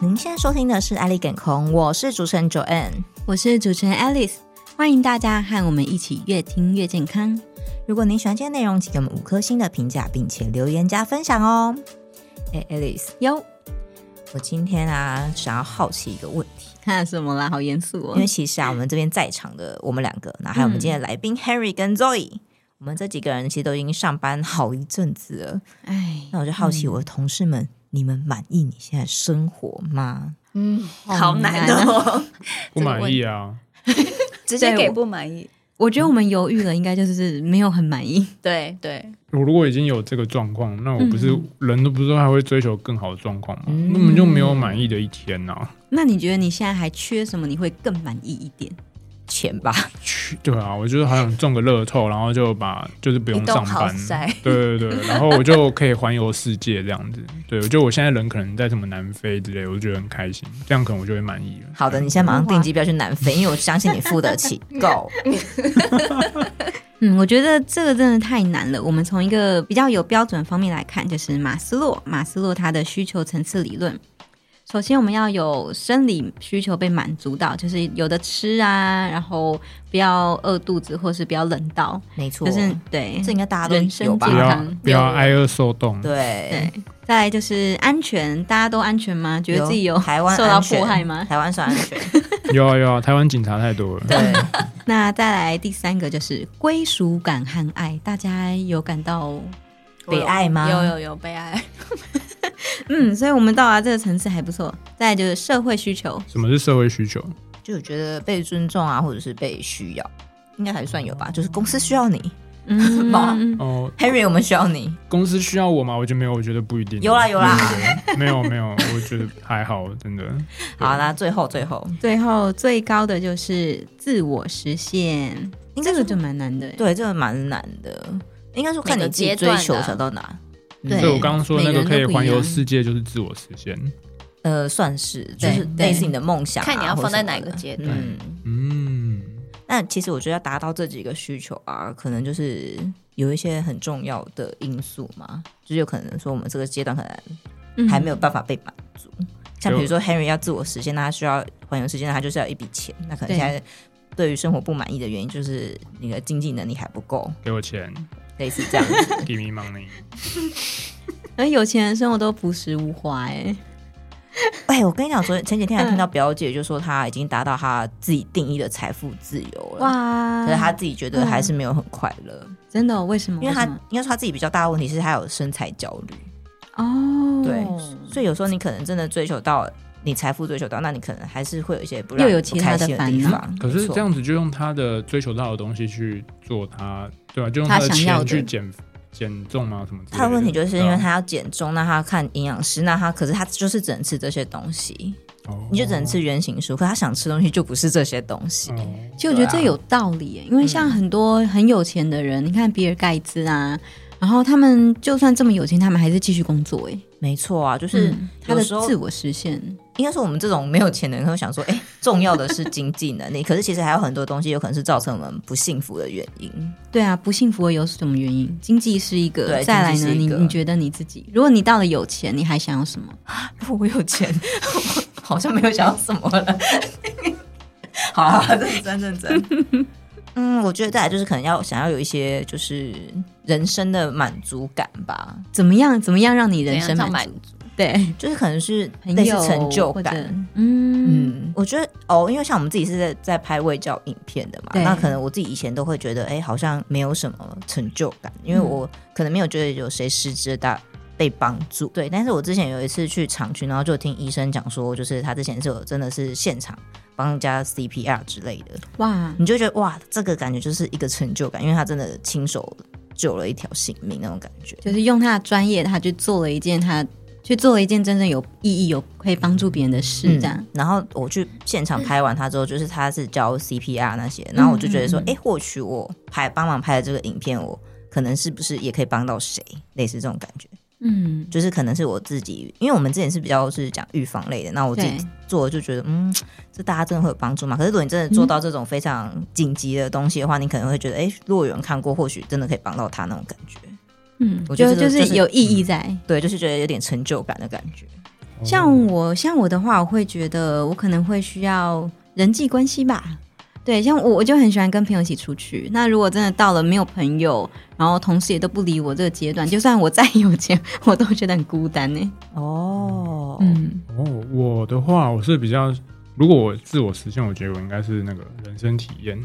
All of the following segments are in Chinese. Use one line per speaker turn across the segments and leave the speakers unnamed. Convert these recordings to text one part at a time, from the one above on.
您现在收听的是《爱丽梗空》，我是主持人 Joanne。
我是主持人 Alice，欢迎大家和我们一起越听越健康。
如果您喜欢今天内容，请给我们五颗星的评价，并且留言加分享哦。哎、a l i c e
哟，
我今天啊，想要好奇一个问题，
看什么啦？好严肃哦
因为。其实啊，我们这边在场的我们两个，然后还有我们今天的来宾 Harry 跟 Zoe，、我们这几个人其实都已经上班好一阵子了。
哎，
那我就好奇，我的同事们，你们满意你现在生活吗？
嗯，
好难啊
哦，
不满意啊，
直接
对
给
我
不满意。
我觉得我们犹豫了，应该就是没有很满意。
对对，
我如果已经有这个状况，那我不是、
嗯
人都不是都还会追求更好的状况吗？
嗯
根本就没有满意的一天啊呐、
那你觉得你现在还缺什么？你会更满意一点？
钱吧，
去对啊，我就是好想中个乐透，然后就把就是不用
一
上
栋豪
班
宅，
对 对对，然后我就可以环游世界这样子。对，我觉得我现在人可能在什么南非之类，我就觉得很开心，这样可能我就会满意了。
好的，你现在马上订机票去南非，因为我相信你付得 起。够，
嗯，我觉得这个真的太难了。我们从一个比较有标准方面来看，就是马斯洛，马斯洛他的需求层次理论。首先，我们要有生理需求被满足到，就是有的吃啊，然后不要饿肚子，或是不要冷到，
没错，
就是对
这应该大家都
人生
有吧
不？
健
要
康
不要挨饿受冻，
对
对，再来就是安全，大家都安全吗？觉得自己有
台湾
受到
安全
迫害吗？
台湾算安 全，
有啊有啊，台湾警察太多了。
对，
那再来第三个就是归属感和爱，大家有感到
我有
被爱吗
有有有被爱，
嗯，所以我们到达这个层次还不错。再来就是社会需求，
什么是社会需求？
就我觉得被尊重啊，或者是被需要，应该还算有吧。就是公司需要你
嗯
吧
哦，
，Harry，我们需要你。
公司需要我吗？我觉得没有，我觉得不一定。
有啦有啦
对，没有 没有，我觉得还好，真的。
好，那最后最后，
最后最高的就是自我实现，
应该
这
是
个就蛮难的。
对这个蛮难的，应该说看你自己
每个阶
追
段的
求想到哪。
对
所以我刚刚说那个可
每个人
以环
都不一
游
样
世界就是自我实现。
呃，算是就是
对
类似你的梦想啊，
看你要
或者
放在
什么
哪个
的
阶段
嗯，
嗯，
那其实我觉得要达到这几个需求啊，可能就是有一些很重要的因素嘛，就是有可能说我们这个阶段可能
嗯
还没有办法被满足。像
就
比如说 Henry 要自我实现，那他需要环游世界，那他就是要一笔钱。那可能
对
现在对于生活不满意的原因，就是你的经济能力还不 够，
给我钱
类似这样子。
，Give me money。
而有钱人生活都朴实无华、哎，
哎，我跟你讲，昨天前几天还
嗯
听到表姐就说，她已经达到她自己定义的财富自由了，
哇，
可是她自己觉得还是没有很快乐，
真的哦、为什么？
因为她
什么
应该说她自己比较大的问题是她有身材焦虑。
哦，
对，嗯所以有时候你可能真的追求到你财富追求到，那你可能还是会有一些不
又
让
有
你不
其他
开
的
心的
烦
地
恼
方。
可
没
是
错
这样子就用他的追求到的东西去做他，对吧、啊就用
他
的
想要的
钱去减减重吗？什么之类的？
他的问题就是因为
对
他要减重，那他看营养师，那他可是他就是只能吃这些东西，
啊，哦
你就只能吃。原形蔬，可他想吃东西就不是这些东西。
哦
其实我觉得这有
啊
道理耶，因为
嗯
像很多很有钱的人，你看比尔盖茨啊，然后他们就算这么有钱，他们还是继续工作，哎，
没错啊，就是
嗯他
有
的
时候
自我实现，
应该说我们这种没有钱的人会想说，哎，重要的是经济能力，可是其实还有很多东西有可能是造成我们不幸福的原因。
对啊，不幸福的有什么原因？经济是一个，
对
再来
经
呢，
济是一
你
个
你觉得你自己，如果你到了有钱，你还想要什么？
如果我有钱，我好像没有想要什么了。好啦，认真认真。嗯，我觉得再来就是可能要想要有一些就是人生的满足感吧，
怎么样？怎么样让你人生
怎样叫
满足？对，
就是可能是
朋
类似
友
成就
或者
感。
嗯
嗯，我觉得哦，因为像我们自己是在在拍卫教影片的嘛，
对
那可能我自己以前都会觉得，哎，好像没有什么成就感，因为我可能没有觉得有谁实质的被帮助。对，但是我之前有一次去厂区，然后就听医生讲说，就是他之前是有真的是现场帮人家 CPR 之类的，
哇，
你就觉得哇，这个感觉就是一个成就感，因为他真的亲手救了一条性命那种感觉。
就是用他的专业，他去做了一件他去做了一件真正有意义、有可以帮助别人的事，这样。
嗯。然后我去现场拍完他之后，就是他是教 CPR 那些，然后我就觉得说，哎、或许我拍帮忙拍的这个影片，我可能是不是也可以帮到谁？类似这种感觉，
嗯
就是可能是我自己，因为我们之前是比较是讲预防类的，那我自己
对
做就觉得，嗯，这大家真的会有帮助吗？可是如果你真的做到这种非常紧急的东西的话，你可能会觉得，哎、如果有人看过，或许真的可以帮到他那种感觉。
嗯，
我觉
就
得这
就
个
是
就是嗯
有意义在。
对，就是觉得有点成就感的感觉。
像我像我的话，我会觉得我可能会需要人际关系吧。对，像我我就很喜欢跟朋友一起出去。那如果真的到了没有朋友，然后同事也都不理我这个阶段，就算我再有钱，我都觉得很孤单欸呢、
哦，
嗯，
哦，我的话我是比较，如果我自我实现，我觉得我应该是那个人生体验，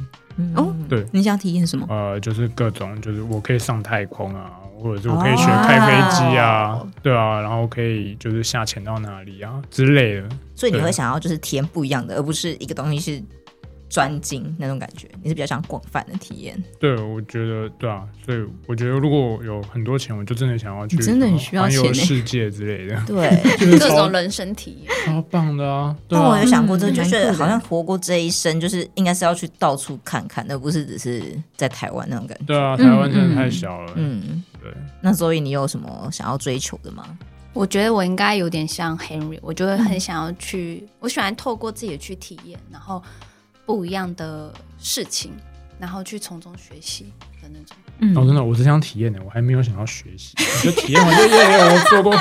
哦
嗯
对，
你想体验什么？
呃，就是各种，就是我可以上太空啊，或者是我可以学开飞机啊，
哦
对啊，然后可以就是下潜到哪里啊之类的。
所以你
对
会想要就是体验不一样的，而不是一个东西是专精那种感觉，你是比较想广泛的体验。
对，我觉得对啊，所以我觉得如果有很多钱，我就真的想要去
你真的很需
什么
要
环游
钱欸
世界之类 的，
对，
就是
各
超
种人生体验，
超棒的啊！对
但我
啊
有，想过，这
嗯
就
蛮
觉
酷
得
的
好像活过这一生，就是应该是要去到处看看，而不是只是在台湾那种感觉。
对啊，台湾真的
嗯
太
嗯
小了，
嗯，
对，
那所以你有什么想要追求的吗？
我觉得我应该有点像 Henry，我就会很想要去，我喜欢透过自己的去体验，然后不一样的事情，然后去从中学习的那种。
嗯，
哦，真的，我只想体验的，我还没有想要学习，我就体验完就耶，我做过，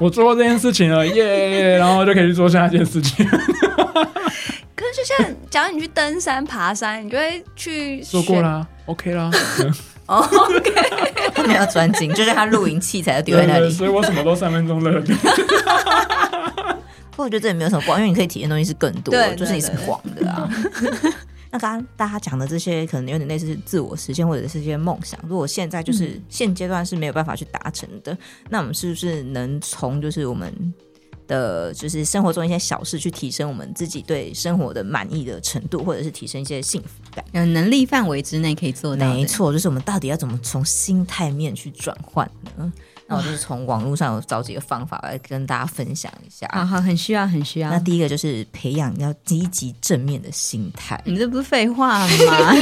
我做过这件事情了，耶，然后就可以去做下一件事情。
可是就像，假如你去登山、爬山，你就会去
做过啦，OK 啦，
哦。
他没有专精，就是他露营器材都丢在
对
那
对，
里。
呃所以我什么都三分 钟热度。
可我觉得这也没有什么光，因为你可以体验的东西是更多的，
对
就是你是广的啊。 那刚刚大家讲的这些，可能有点类似是自我实现或者是一些梦想。如果现在就是、现阶段是没有办法去达成的，那我们是不是能从就是我们的就是生活中一些小事去提升我们自己对生活的满意的程度，或者是提升一些幸福感？
嗯，能力范围之内可以做到
没
的。
错，就是我们到底要怎么从心态面去转换呢？那我就是从网络上有找几个方法来跟大家分享一下。啊
啊好好，很需要，很需要
那。第一个就是培养要积极正面的心态。
你这不是废话吗？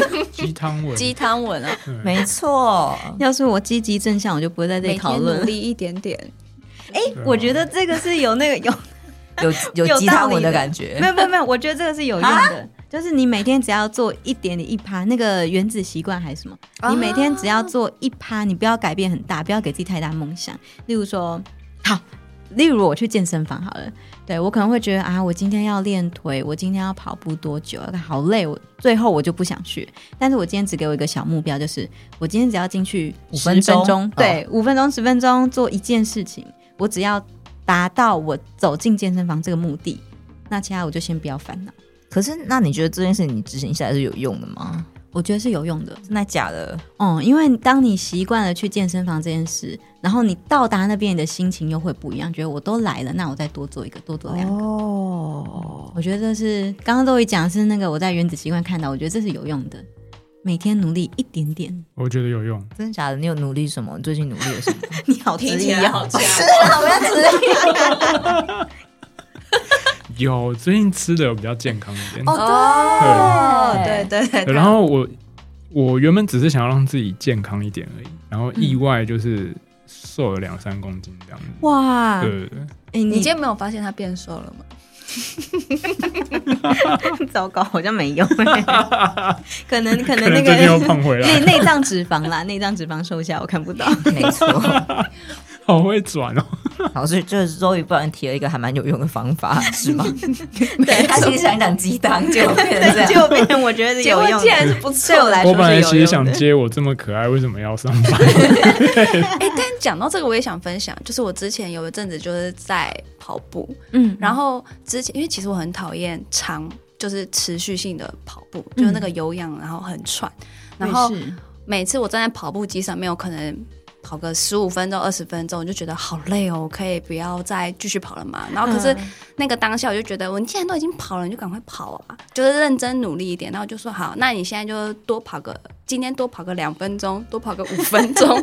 鸡汤文，
鸡汤文 啊，
对
没错，
要是我积极正向，我就不会在这
每
里讨
天
论
努
了。
力一点点，
对啊
我觉得这个是有那个有
有有
有
鸡
道
汤
理
文的
的
感觉
没。有没有没有，我觉得这个是有用的，就是你每天只要做一点点一趴，那个原子习惯还是什么，你每天只要做一趴，你不要改变很大，不要给自己太大梦想。例如说，好，例如我去健身房好了，对我可能会觉得啊，我今天要练腿，我今天要跑步多久，好累，我最后我就不想去。但是我今天只给我一个小目标，就是我今天只要进去
五
10
分钟哦
对，五分钟十分钟做一件事情，我只要达到我走进健身房这个目的，那其他我就先不要烦恼。
可是，那你觉得这件事你执行下来是有用的吗？
我觉得是有用的，
真的假的？
嗯，因为当你习惯了去健身房这件事，然后你到达那边，你的心情又会不一样，觉得我都来了，那我再多做一个，多做两个。
哦，
我觉得这是刚刚都已讲是那个我在原子习惯看到，我觉得这是有用的，每天努力一点点。
我觉得有用，
真的假的？你有努力什么？你最近努力了什 么？
你好
听
质
起
疑
来
啊！
好 假。
有最近吃的比较健康一点。
哦，对对对
对，然后我我原本只是想要让自己健康一点而已，然后意外就是瘦了两三公斤这样子。
哇，哎、
对，
你
你
今天没有发现他变瘦了吗？
糟糕，好像没 有、可能可
可
能那
能最近又
个
胖回
内
来，
内脏脂肪啦，内脏脂肪瘦下我看不到。
没错。
好会转哦。
好，所以就是 Zoe 不然提了一个还蛮有用的方 法，是吗？对他其实想讲鸡汤，结果变 成这样。
就变成我觉得
结
有
果
用
竟然
的，
是
对
不
我
错。
来
我
说
本来其
是
实
有
想
用的。
接我这么可爱，为什么要上班？
哎，但讲到这个，我也想分享，就是我之前有一阵子就是在跑步，
嗯
然后之前因为其实我很讨厌长，就是持续性的跑步，就是
嗯
那个有氧，然后很喘，然后每次我站在跑步机上面，我可能跑个十五分钟、二十分钟，我就觉得好累哦，我可以不要再继续跑了嘛。然后可是
嗯
那个当下我就觉得，我既然都已经跑了，你就赶快跑啊，就是认真努力一点。然后我就说好，那你现在就多跑个，今天多跑个两分钟，多跑个五 分钟，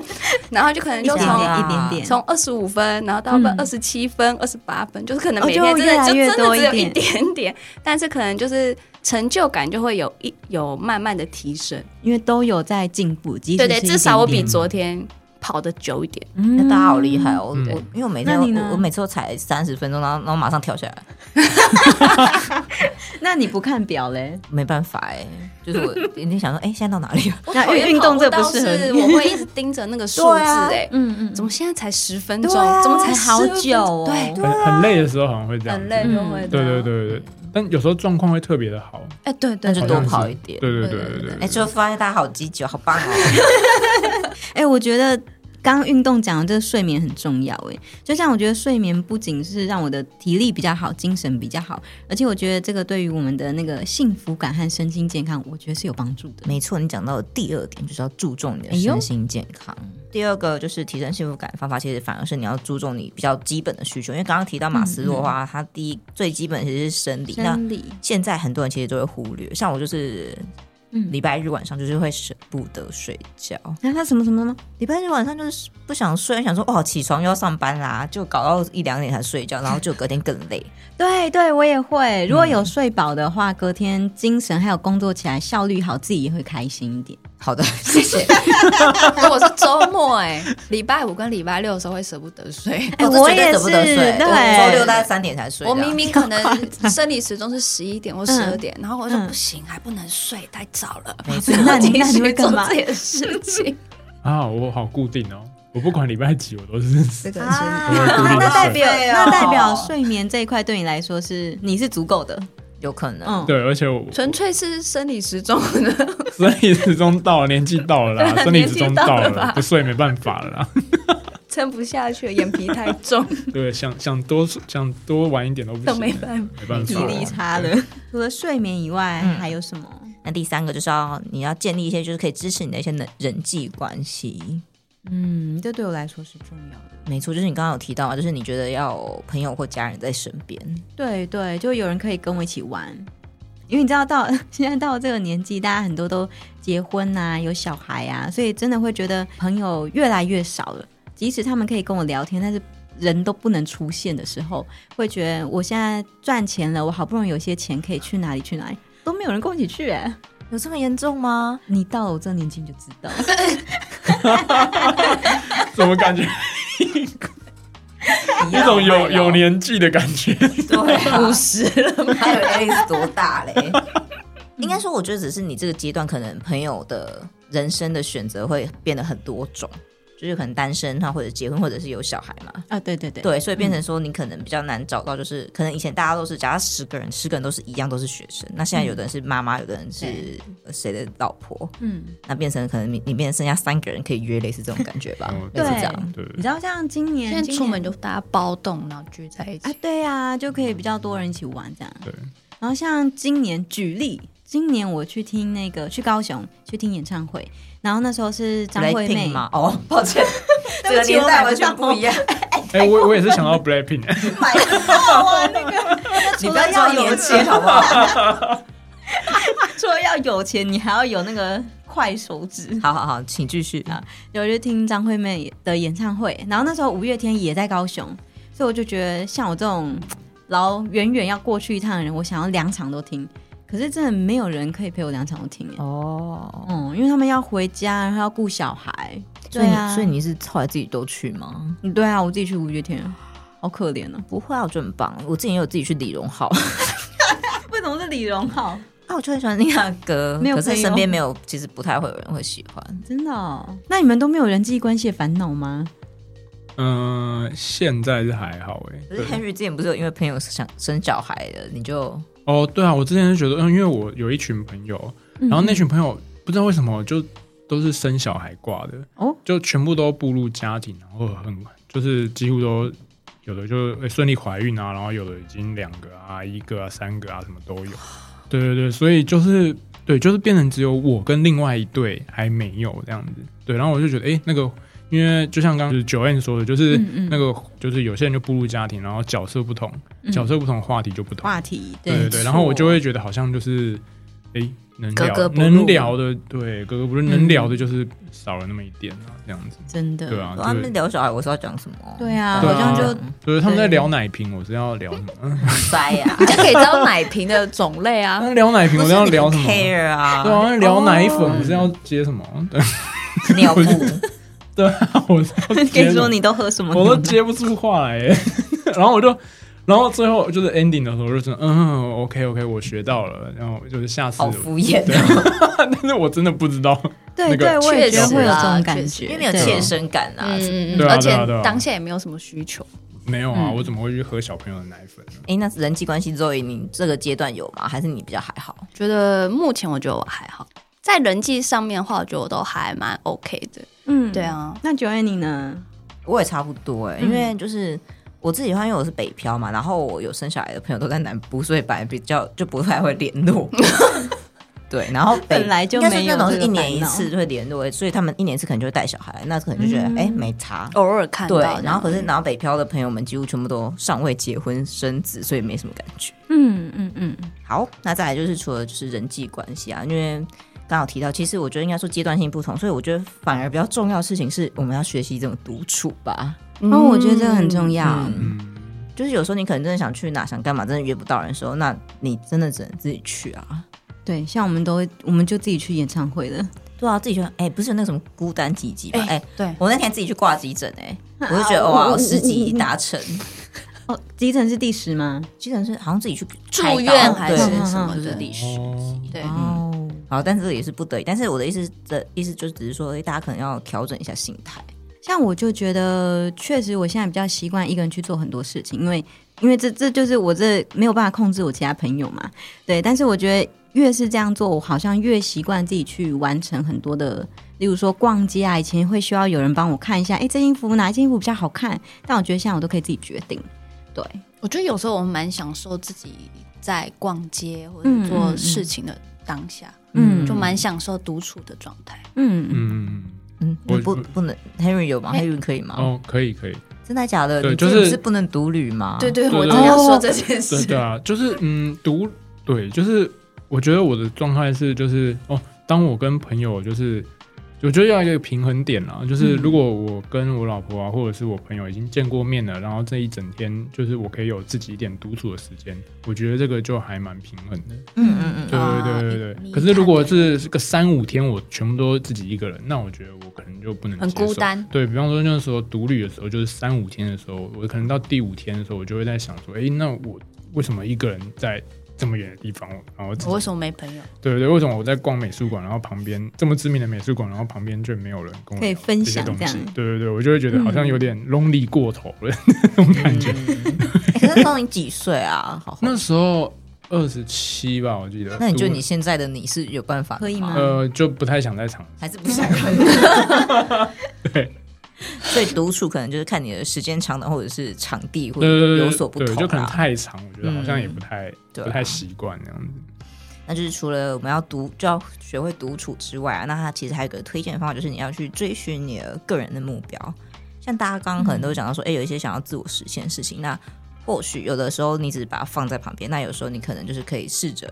然后就可能
一
就
点
从
点一点点，
从二十五分，然后到
嗯
二十七分、二十八分，就是可能
哦
每
就
天真的、
越来越
就真
多
的
一
只有一
点
点点，但是可能就是成就感就会有一有慢慢的提升。
因为都有在进步，即使
对
是
对，
一
至少我
点
比
点
昨天跑得久一点。
那
嗯
大家好厉害哦！我
嗯
我因为我每天
那你呢
我我每次都踩三十分钟，然后然后马上跳下来，
那你不看表嘞？
没办法哎，就是 我一定想说，哎，现在到哪里了？
那
讨厌
运运动
跑步
这不
到
适合
是
你
我会一直盯着那个 数字
对啊
哎，
嗯嗯
怎么现在才十分
对
钟？
啊
怎么才
才
10
好
分钟
久哦？
对，
很很累的时候好像会这样，
很累，
嗯
都会这
对啊
样
对，对对对，但有时候状况会特别的好，
哎，对
那
对，
就
对
多跑一点。
对对
对
对对
对
对
哎，
对，
就发现大家好积极，哦，好棒哦！
哎、我觉得刚刚运动讲的这个睡眠很重要，哎，就像我觉得睡眠不仅是让我的体力比较好，精神比较好，而且我觉得这个对于我们的那个幸福感和身心健康，我觉得是有帮助的。
没错，你讲到的第二点就是要注重你
哎
的
呦
身心健康。第二个就是提升幸福感的方法，其实反而是你要注重你比较基本的需求，因为刚刚提到马斯洛的话，他第一最基本其实是生理，那
嗯生理，
现在很多人其实都会忽略，像我就是
嗯，
礼拜日晚上就是会舍不得睡觉，
那、他什么什么什么？
礼拜日晚上就是不想睡，想说哦起床又要上班啦，就搞到一两点才睡觉，然后就隔天更累。
对对，我也
嗯
会。如果有睡饱的话，隔天精神还有工作起来效率好，自己也会开心一点。
好 的，谢谢。
如果是周末哎， 礼拜五跟礼拜六的时候会舍不得 睡。
哎
哦这
我
绝对
也
舍不得
是
睡，
对
我周六大概三点才睡这啊
我
样。
明明可 能生理时钟是十一点或十二点，然后我就
嗯
不行，还不能睡，太早 了。
没错
那你
继
那你会
续做
干嘛
这件事情，
啊，我好固定哦，我不管礼拜几我都是，
个
啊
我会故意
那代
睡
表
对哦
那代表睡眠这一块对你来说是你是足够的，
有可能，
嗯，
哦
对，而且我
纯粹是生理时钟的。
生理时钟 到了，年纪到了啦，生理时钟到
年纪到了
了
吧，
不睡没办法了啦，
撑不下去，眼皮太重，
对，想想多想多玩一点都不行，
都没办法。
没办
体
法，
力差了。除了睡眠以外，
嗯
还有什么？
那第三个就是要你要建立一些就是可以支持你的一些人人际关系。
嗯，这对我来说是重要的。
没错，就是你刚刚有提到嘛，就是你觉得要有朋友或家人在身边，
对对，就有人可以跟我一起玩，因为你知道到 现在到这个年纪，大家很多都结婚啊，有小孩啊，所以真的会觉得朋友越来越少了。即使他们可以跟我聊天，但是人都不能出现的时候，会觉得我现在赚钱了，我好不容易有些钱可以去哪里去哪里，都没有人跟我一起去、哎，
有这么严重吗？
你到了我这个年纪你就知道了。
怎么 感觉一种有有年纪的感 觉？
对，五十了吗？还有 Alice 多大 嘞？应该说，我觉得只是你这个阶段，可能朋友的人生的选择会变得很多种，就是可能单身啊，或者结婚，或者是有小孩嘛。
啊，对对对，
对，所以变成说，你可能比较难找到，就是可能以前大家都是，假如十个人，十个人都是一样，都是学生。那现在有的人是妈妈，有的人是呃谁的老婆，
嗯。
那变成可能里里面剩下三个人可以约，类似这种感觉吧
哦，
类似
对
这样。
对，
你知道，像今年
现在
今
出
年
门就大家包栋，然后聚在一
啊
起，，
对啊，就可以比较多人一起玩这样。
对，
然后像今年举例，今年我去听那个去高雄去听演唱会，然后那时候是张惠
Blackpink
妹，
吗？哦，抱歉，这
对
个
不起
年
我
代
买
完
不
全
到
不一样。
哎，我我也是想到 Blackpink，
买不到啊，那个。你不要装年轻好不好？
除了要有钱，你还要有那个快手指。
好好好，请继续。啊
有去听张惠妹的演唱会，然后那时候五月天也在高雄，所以我就觉得像我这种老远远要过去一趟的人，我想要两场都听，可是真的没有人可以陪我两场都听、欸。
哦，
嗯，因为他们要回家，然后要顾小孩。
所以
对啊，
你所以你是后来自己都去吗？
你对啊，我自己去五月天，好可怜哦。
不会啊，我觉得很棒。我之前也有自己去李荣浩，
为什么是李荣浩？
啊，我就很喜欢听他的歌，
没有
可是
朋友
身边没有，其实不太会有人会喜欢。
真的、哦？那你们都没有人际关系的烦恼吗？
嗯，现在是还好哎，
可是
对
Henry 之前不是有因为朋友想生小孩的，你就
哦，对啊，我之前是觉得，嗯，因为我有一群朋友，
嗯
然后那群朋友不知道为什么就都是生小孩挂的，
哦，
就全部都步入家庭，然后很就是几乎都有的就诶顺利怀孕啊，然后有的已经两个啊、一个啊、三个啊，什么都有。对对对，所以就是对，就是变成只有我跟另外一对还没有这样子。对，然后我就觉得，诶，那个因为就像刚刚九 N 说的，就是
嗯嗯
那个就是有些人就步入家庭，然后角色不同，
嗯
角色不同，话题就不同。
话题
对对
没
对，
错
然后我就会觉得好像就是，哎，能
格
聊
格不入
能聊的，对，格格不入，能
嗯
聊的就是少了那么一点啊，这样子，
真的
对，啊，
他
就
们
是
聊小孩，我是要讲什么？
对啊
对啊好像就
嗯
就是他们在聊奶瓶，我是要聊什么？ 嗯
塞啊呀
你，就可以知道奶瓶的种类 啊
那。聊奶瓶，我是要聊什么？
不是你
对啊
很 care 啊，
啊，那聊奶粉，我是要接什么？对
尿布
对啊， 我
可以说
你。
你都喝什么
我
牛
都
奶？
接不出话来耶。 然后我就，然后最后就是 ending 的时候，我就说，嗯，OK OK，我学到了。然后就是下次
好
我，
敷衍啊
对，啊 但是我真的不知道。
对
那个啊
对，我也觉得
确实
会有这
啦
种感
确实
觉，
因为没有
对
切身感啊。哎、
嗯
对啊
而且
对啊对啊
当下也没有什么需求，
没有啊，
嗯
我怎么会去喝小朋友的奶粉呢？
那人际关系作为你这个阶段有吗？还是你比较还好？
觉得目前我觉得我还好，在人际上面的话，我觉得我都还蛮 OK 的。
嗯，
对。啊，
那九 o 你呢？
我也差不多哎、因为就是。我自己的话，因为我是北漂嘛，然后我有生小孩的朋友都在南部，所以本来比较就不太会联 络。对，然后北
本来就
应该是
没有
那种
这
是
个
一年一
烦恼
次就会联络，所以他们一年一次可能就会带小孩，那可能就觉得哎、诶没差。
偶尔看到
对
这样，，嗯
然后可是然后北漂的朋友们几乎全部都尚未结婚生子，所以没什么感觉。
嗯嗯嗯，
好，那再来就是除了就是人际关系啊，因为刚好提到，其实我觉得应该说阶段性不同，所以我觉得反而比较重要的事情是我们要学习这种独处吧。
嗯
哦，我觉得这个很重要。
嗯，
就是有时候你可能真的想去哪想干嘛，真的约不到人的时候，那你真的只能自己去啊。
对，像我们都会，我们就自己去演唱会了。
对啊，自己去。哎、不是有那个什么孤单几集吗？哎、
哎，对，
我那天自己去挂急诊， 哎，我就觉得哇，十级达成，
嗯
哦，急诊是第十吗？
急诊是好像自己去开刀
住院还是
对
什么
对
的，
历史嗯
哦，
对，
哦，
好，但是这个也是不得已。但是我的意思的意思就只是说，哎诶大家可能要调整一下心态。
像我就觉得，确实我现在比较习惯一个人去做很多事情，因为因为这这就是我这没有办法控制我其他朋友嘛。对，但是我觉得越是这样做，我好像越习惯自己去完成很多的，例如说逛街啊，以前会需要有人帮我看一下，哎，这件衣服哪一件衣服比较好看，但我觉得现在我都可以自己决定。对，
我觉得有时候我们蛮享受自己在逛街或者
嗯
做事情的当下，
嗯
就蛮享受独处的状态。
嗯嗯
嗯，
嗯，
我
你不
我
不能，Henry 有
哎
吗？Henry 可以吗？
哦，可 以可以，
真的假的？
对
你
就是
自己不是不能独旅吗？
对，对，
对
我
对
正要说这件事
对。对啊，就是嗯，独对，就是我觉得我的状态是，就是哦，当我跟朋友就是。我觉得要一个平衡点啦，就是如果我跟我老婆啊，或者是我朋友已经见过面了，然后这一整天就是我可以有自己一点独处的时间，我觉得这个就还蛮平衡的。
嗯嗯嗯，
对
啊
对对对
你
对。可是如果是这个三五天我全部都自己一个人，那我觉得我可能就不能
很
接受
孤单
对比方说那时候独旅的时候，就是三五天的时候，我可能到第五天的时候，我就会在想说，诶，那我为什么一个人在这么远的地方，然后自己
我为什么没朋友？
对对对，为什么我在逛美术馆，然后旁边这么知名的美术馆，然后旁边却没有人跟我
可以
聊
分
这些
享
东
这
西
样？
对对对，我就会觉得好
嗯
像有点 lonely 过头了。
诶哎可是那时候你几岁啊？好好，
那时候二十七吧，我记得。
那你觉得
独
你嗯现在的你是有办法的
可以吗
呃就不太想在场
还是不想？
对。
所以独处可能就是看你的时间长短，或者是场地，或
对对对
者
对，
有所不
对
同
就可能
啊。
太长，我觉得好像也不太、
对啊
不太习惯那样子。
那就是除了我们要独就要学会独处之外啊，那它其实还有一个推荐方法，就是你要去追寻你的个人的目标。像大家刚刚可能
嗯
都讲到说，哎、有一些想要自我实现的事情，那或许有的时候你只是把它放在旁边，那有时候你可能就是可以试着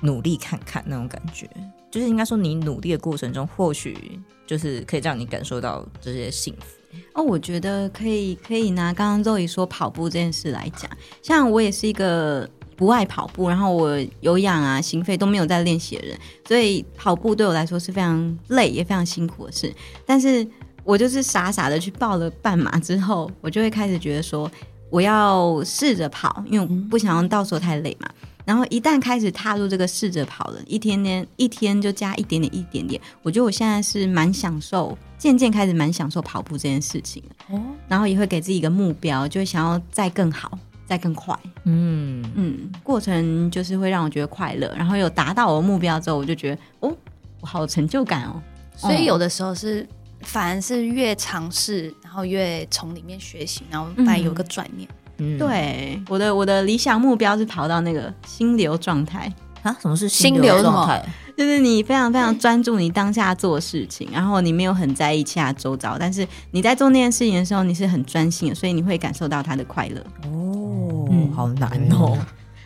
努力看看那种感觉，就是应该说你努力的过程中，或许就是可以让你感受到这些幸福。
哦，我觉得可以，可以拿刚刚 Zoe 说跑步这件事来讲，像我也是一个不爱跑步，然后我有氧啊、心肺都没有在练习的人，所以跑步对我来说是非常累也非常辛苦的事。但是我就是傻傻的去报了半马之后，我就会开始觉得说，我要试着跑，因为我不想要到时候太累嘛。然后一旦开始踏入这个试着跑了，一天天一天就加一点点一点点，我觉得我现在是蛮享受，渐渐开始蛮享受跑步这件事情哦。然后也会给自己一个目标，就会想要再更好，再更快。
嗯，
嗯，过程就是会让我觉得快乐，然后有达到我的目标之后，我就觉得哦，我好有成就感哦。
所以有的时候是，反而是越尝试，然后越从里面学习，然后反而有个转念。
嗯
对，我的我的理想目标是跑到那个心流状态，
啊，什么是
心流
的
是什么
状态？
就是你非常非常专注你当下做的事情，然后你没有很在意其他周遭，但是你在做那件事情的时候，你是很专心的，所以你会感受到它的快乐。
哦，
嗯
好难哦。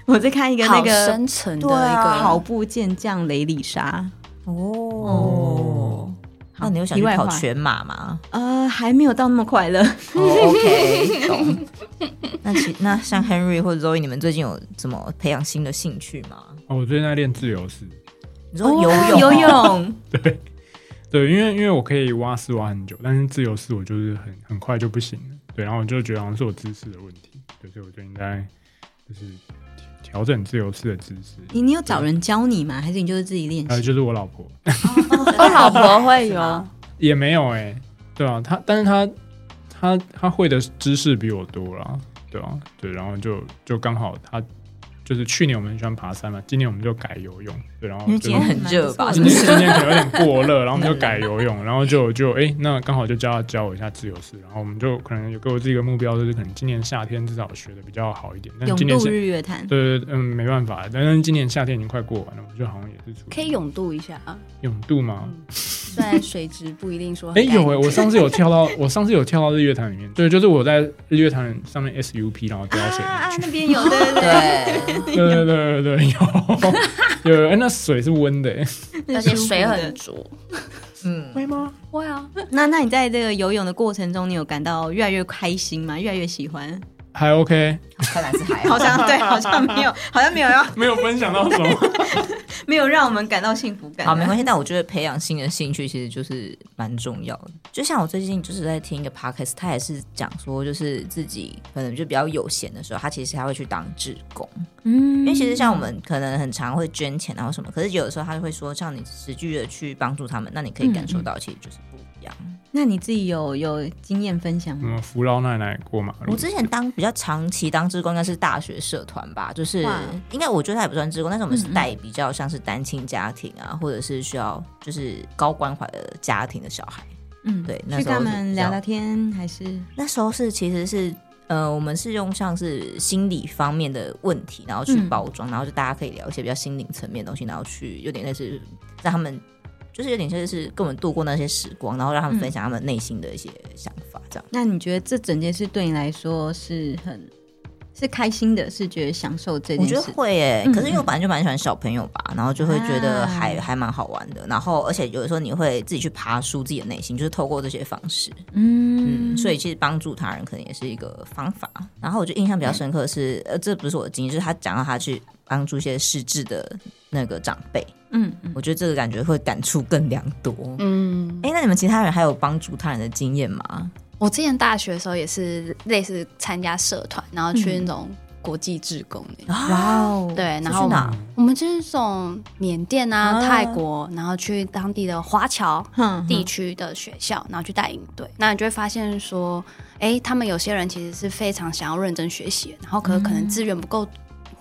我在看一个那
好
个
深层的
对
一个
啊跑步健将雷里莎，
哦，那你有想去
题外
跑
话
全马吗？
呃，还没有到那么快乐。
哦，OK，懂。那其那像 Henry 或者 Zoe，你们最近有怎么培养新的兴趣吗？
哦，我最近在练自由式，
你说游泳、
游，泳，
对，因为因为我可以挖丝挖很久，但是自由式我就是很很快就不行了。对，然后我就觉得好像是我姿势的问题，对，所以我就应该就是调整自由式的姿势。
你你有找人教你吗？还是你就是自己练
还有
习？
就是我老婆呃
我哦老婆会
是
有
吗，
也没有哎、对啊，她但是她她她会的知识比我多啦，对啊，对，然后就就刚好她就是去年我们很喜欢爬山嘛，今年我们就改游泳，对，然后
因为
就
今天很热吧？
是
是
不
不
是
是？
今天可能有点过热，然后我们就改游泳，然后就就哎、那刚好就教他教我一下自由式，然后我们就可能有给我自己一个目标，就是可能今年夏天至少学的比较好一点。但
永
今年
渡
夏
日月潭，
对对对，嗯，没办法，但是今年夏天已经快过完了，我觉得好像也是处于
可以泳渡一下啊，
泳渡吗？
虽然水质不一定说
哎、
很干
有哎、
净
我上次有跳到，我上次有跳到日月潭里面，对，就是我在日月潭上面 SUP，然后掉到水里
啊
去，
啊，那边有，对对
对，
对，
对对对对对，有有，哎、那水是温的、哎
而且水很浊。
嗯，
会吗？
会啊，
那那你在这个游泳的过程中，你有感到越来越开心吗？越来越喜欢？
还 OK，
看来是还好
好。像对，好像没有，好像没有要
没有分享到什么。
没有让我们感到幸福感。
好，没关系。但我觉得培养新的兴趣其实就是蛮重要的。就像我最近就是在听一个 podcast，他也是讲说，就是自己可能就比较有闲的时候，他其实他会去当志工，
嗯
因为其实像我们可能很常会捐钱然后什么，可是有的时候他就会说，像你实际的去帮助他们，那你可以感
嗯
受到其实就是不一样。
那你自己有有经验分享吗？
嗯，扶老奶奶过马路。
我之前当比较长期当志工，应该是大学社团吧，就是
哇
应该我觉得他也不算志工，但是我们是
嗯嗯
带比较像是单亲家庭啊，或者是需要就是高关怀的家庭的小孩。
嗯，
对那
去
时候
跟他
是
们
比
聊
较
聊天还是
那时候是其实是呃，我们是用像是心理方面的问题，然后去
嗯
包装，然后就大家可以聊一些比较心灵层面的东西，然后去有点类似让他们就是有点像是跟我们度过那些时光，然后让他们
嗯
分享他们内心的一些想法，这样。
那你觉得这整件事对你来说是很是开心的，是觉得享受这
我
件
觉得
事？
会诶、
嗯
可是因为我本来就蛮喜欢小朋友吧，然后就会觉得
啊
还、还蛮好玩的。然后而且有的时候你会自己去爬书自己的内心，就是透过这些方式，
嗯
嗯，所以其实帮助他人可能也是一个方法。然后我就印象比较深刻的是，呃，这不是我的经历，就是他讲到他去帮助一些失智的那个长辈，
嗯嗯，
我觉得这个感觉会感触更良多。
嗯，
哎、那你们其他人还有帮助他人的经验吗？
我之前大学的时候也是类似参加社团，然后去那种国际志工的，
哇哦，
对，然
嗯是
后
去哪？
我们就是这种缅甸啊、
啊
泰国，然后去当地的华侨
嗯哼，
地区的学校，然后去带营队。那你就会发现说，哎，他们有些人其实是非常想要认真学习，然后可可能资源不够。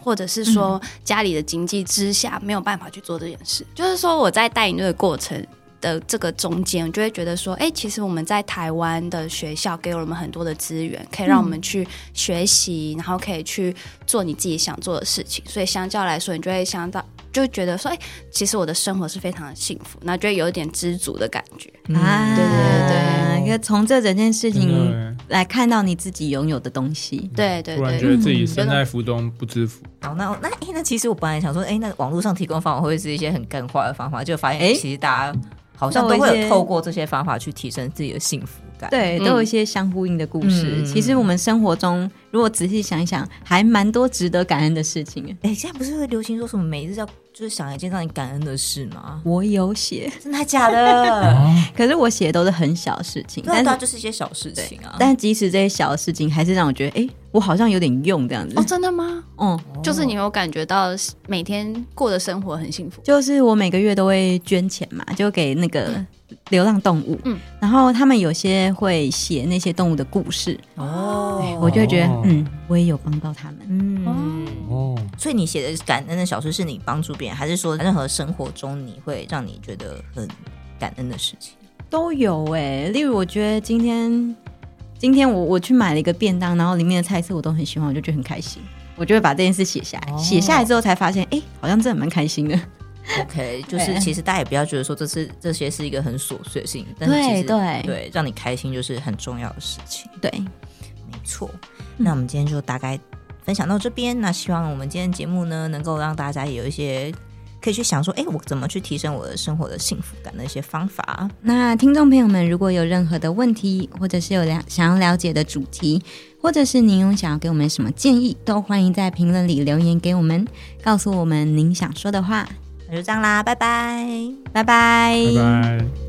或者是说家里的经济之下没有办法去做这件事，就是说我在带营队的过程的这个中间，我就会觉得说，哎、其实我们在台湾的学校给了我们很多的资源，可以让我们去学习，然后可以去做你自己想做的事情。所以相较来说，你就会想到，就会觉得说，哎、其实我的生活是非常的幸福，那就会有一点知足的感觉。
嗯
啊，
对对
对对，可从这整件事
真
情
的
来看到你自己拥有的东西。
对对
嗯突然
对，
觉得自己身在福中不知福，
好，那那哎、那其实我本来想说，哎、那网络上提供的方法会不会是一些很干化的方法，就发现、
诶
其实大家好像
都
都
有一
会
些
有透过这些方法去提升自己的幸福感。，
对，
嗯
都有一些相呼应的故事。
嗯
其实我们生活中，如果仔细想一想，还蛮多值得感恩的事情。
哎、现在不是会流行说什么每日要就是想一件让你感恩的事吗？
我有写，
真的还 假的？
可是我写的都是很小的事情，
对啊，
但
对啊
是
就是一些小事情啊。
但即使这些小的事情，还是让我觉得，哎、我好像有点用这样子
哦，。真的吗？
嗯，
就是你有感觉到每天过的生活很幸福，
就是我每个月都会捐钱嘛，就给那
嗯
个流浪动物。
嗯
然后他们有些会写那些动物的故事，
哦
我就会觉得，
哦
嗯，我也有帮到他们。
嗯，
哦，
所以你写的感恩的小事是你帮助别人，还是说任何生活中你会让你觉得很感恩的事情？
都有哎、例如我觉得今天，今天我我去买了一个便当，然后里面的菜色我都很喜欢，我就觉得很开心，我就会把这件事写下来。
哦
写下来之后才发现，哎、好像真的蛮开心的。
OK，就是其实大家也不要觉得说这是这些是一个很琐碎的事情，但是
对
其实
对
对，让你开心就是很重要的事情，
对，
没错。
嗯
那我们今天就大概分享到这边，那希望我们今天的节目呢，能够让大家也有一些可以去想说，哎，我怎么去提升我的生活的幸福感的一些方法。
那听众朋友们，如果有任何的问题，或者是有了想要了解的主题，或者是您有想要给我们什么建议，都欢迎在评论里留言给我们，告诉我们您想说的话。
那就这样啦，拜拜。
拜拜，
拜拜。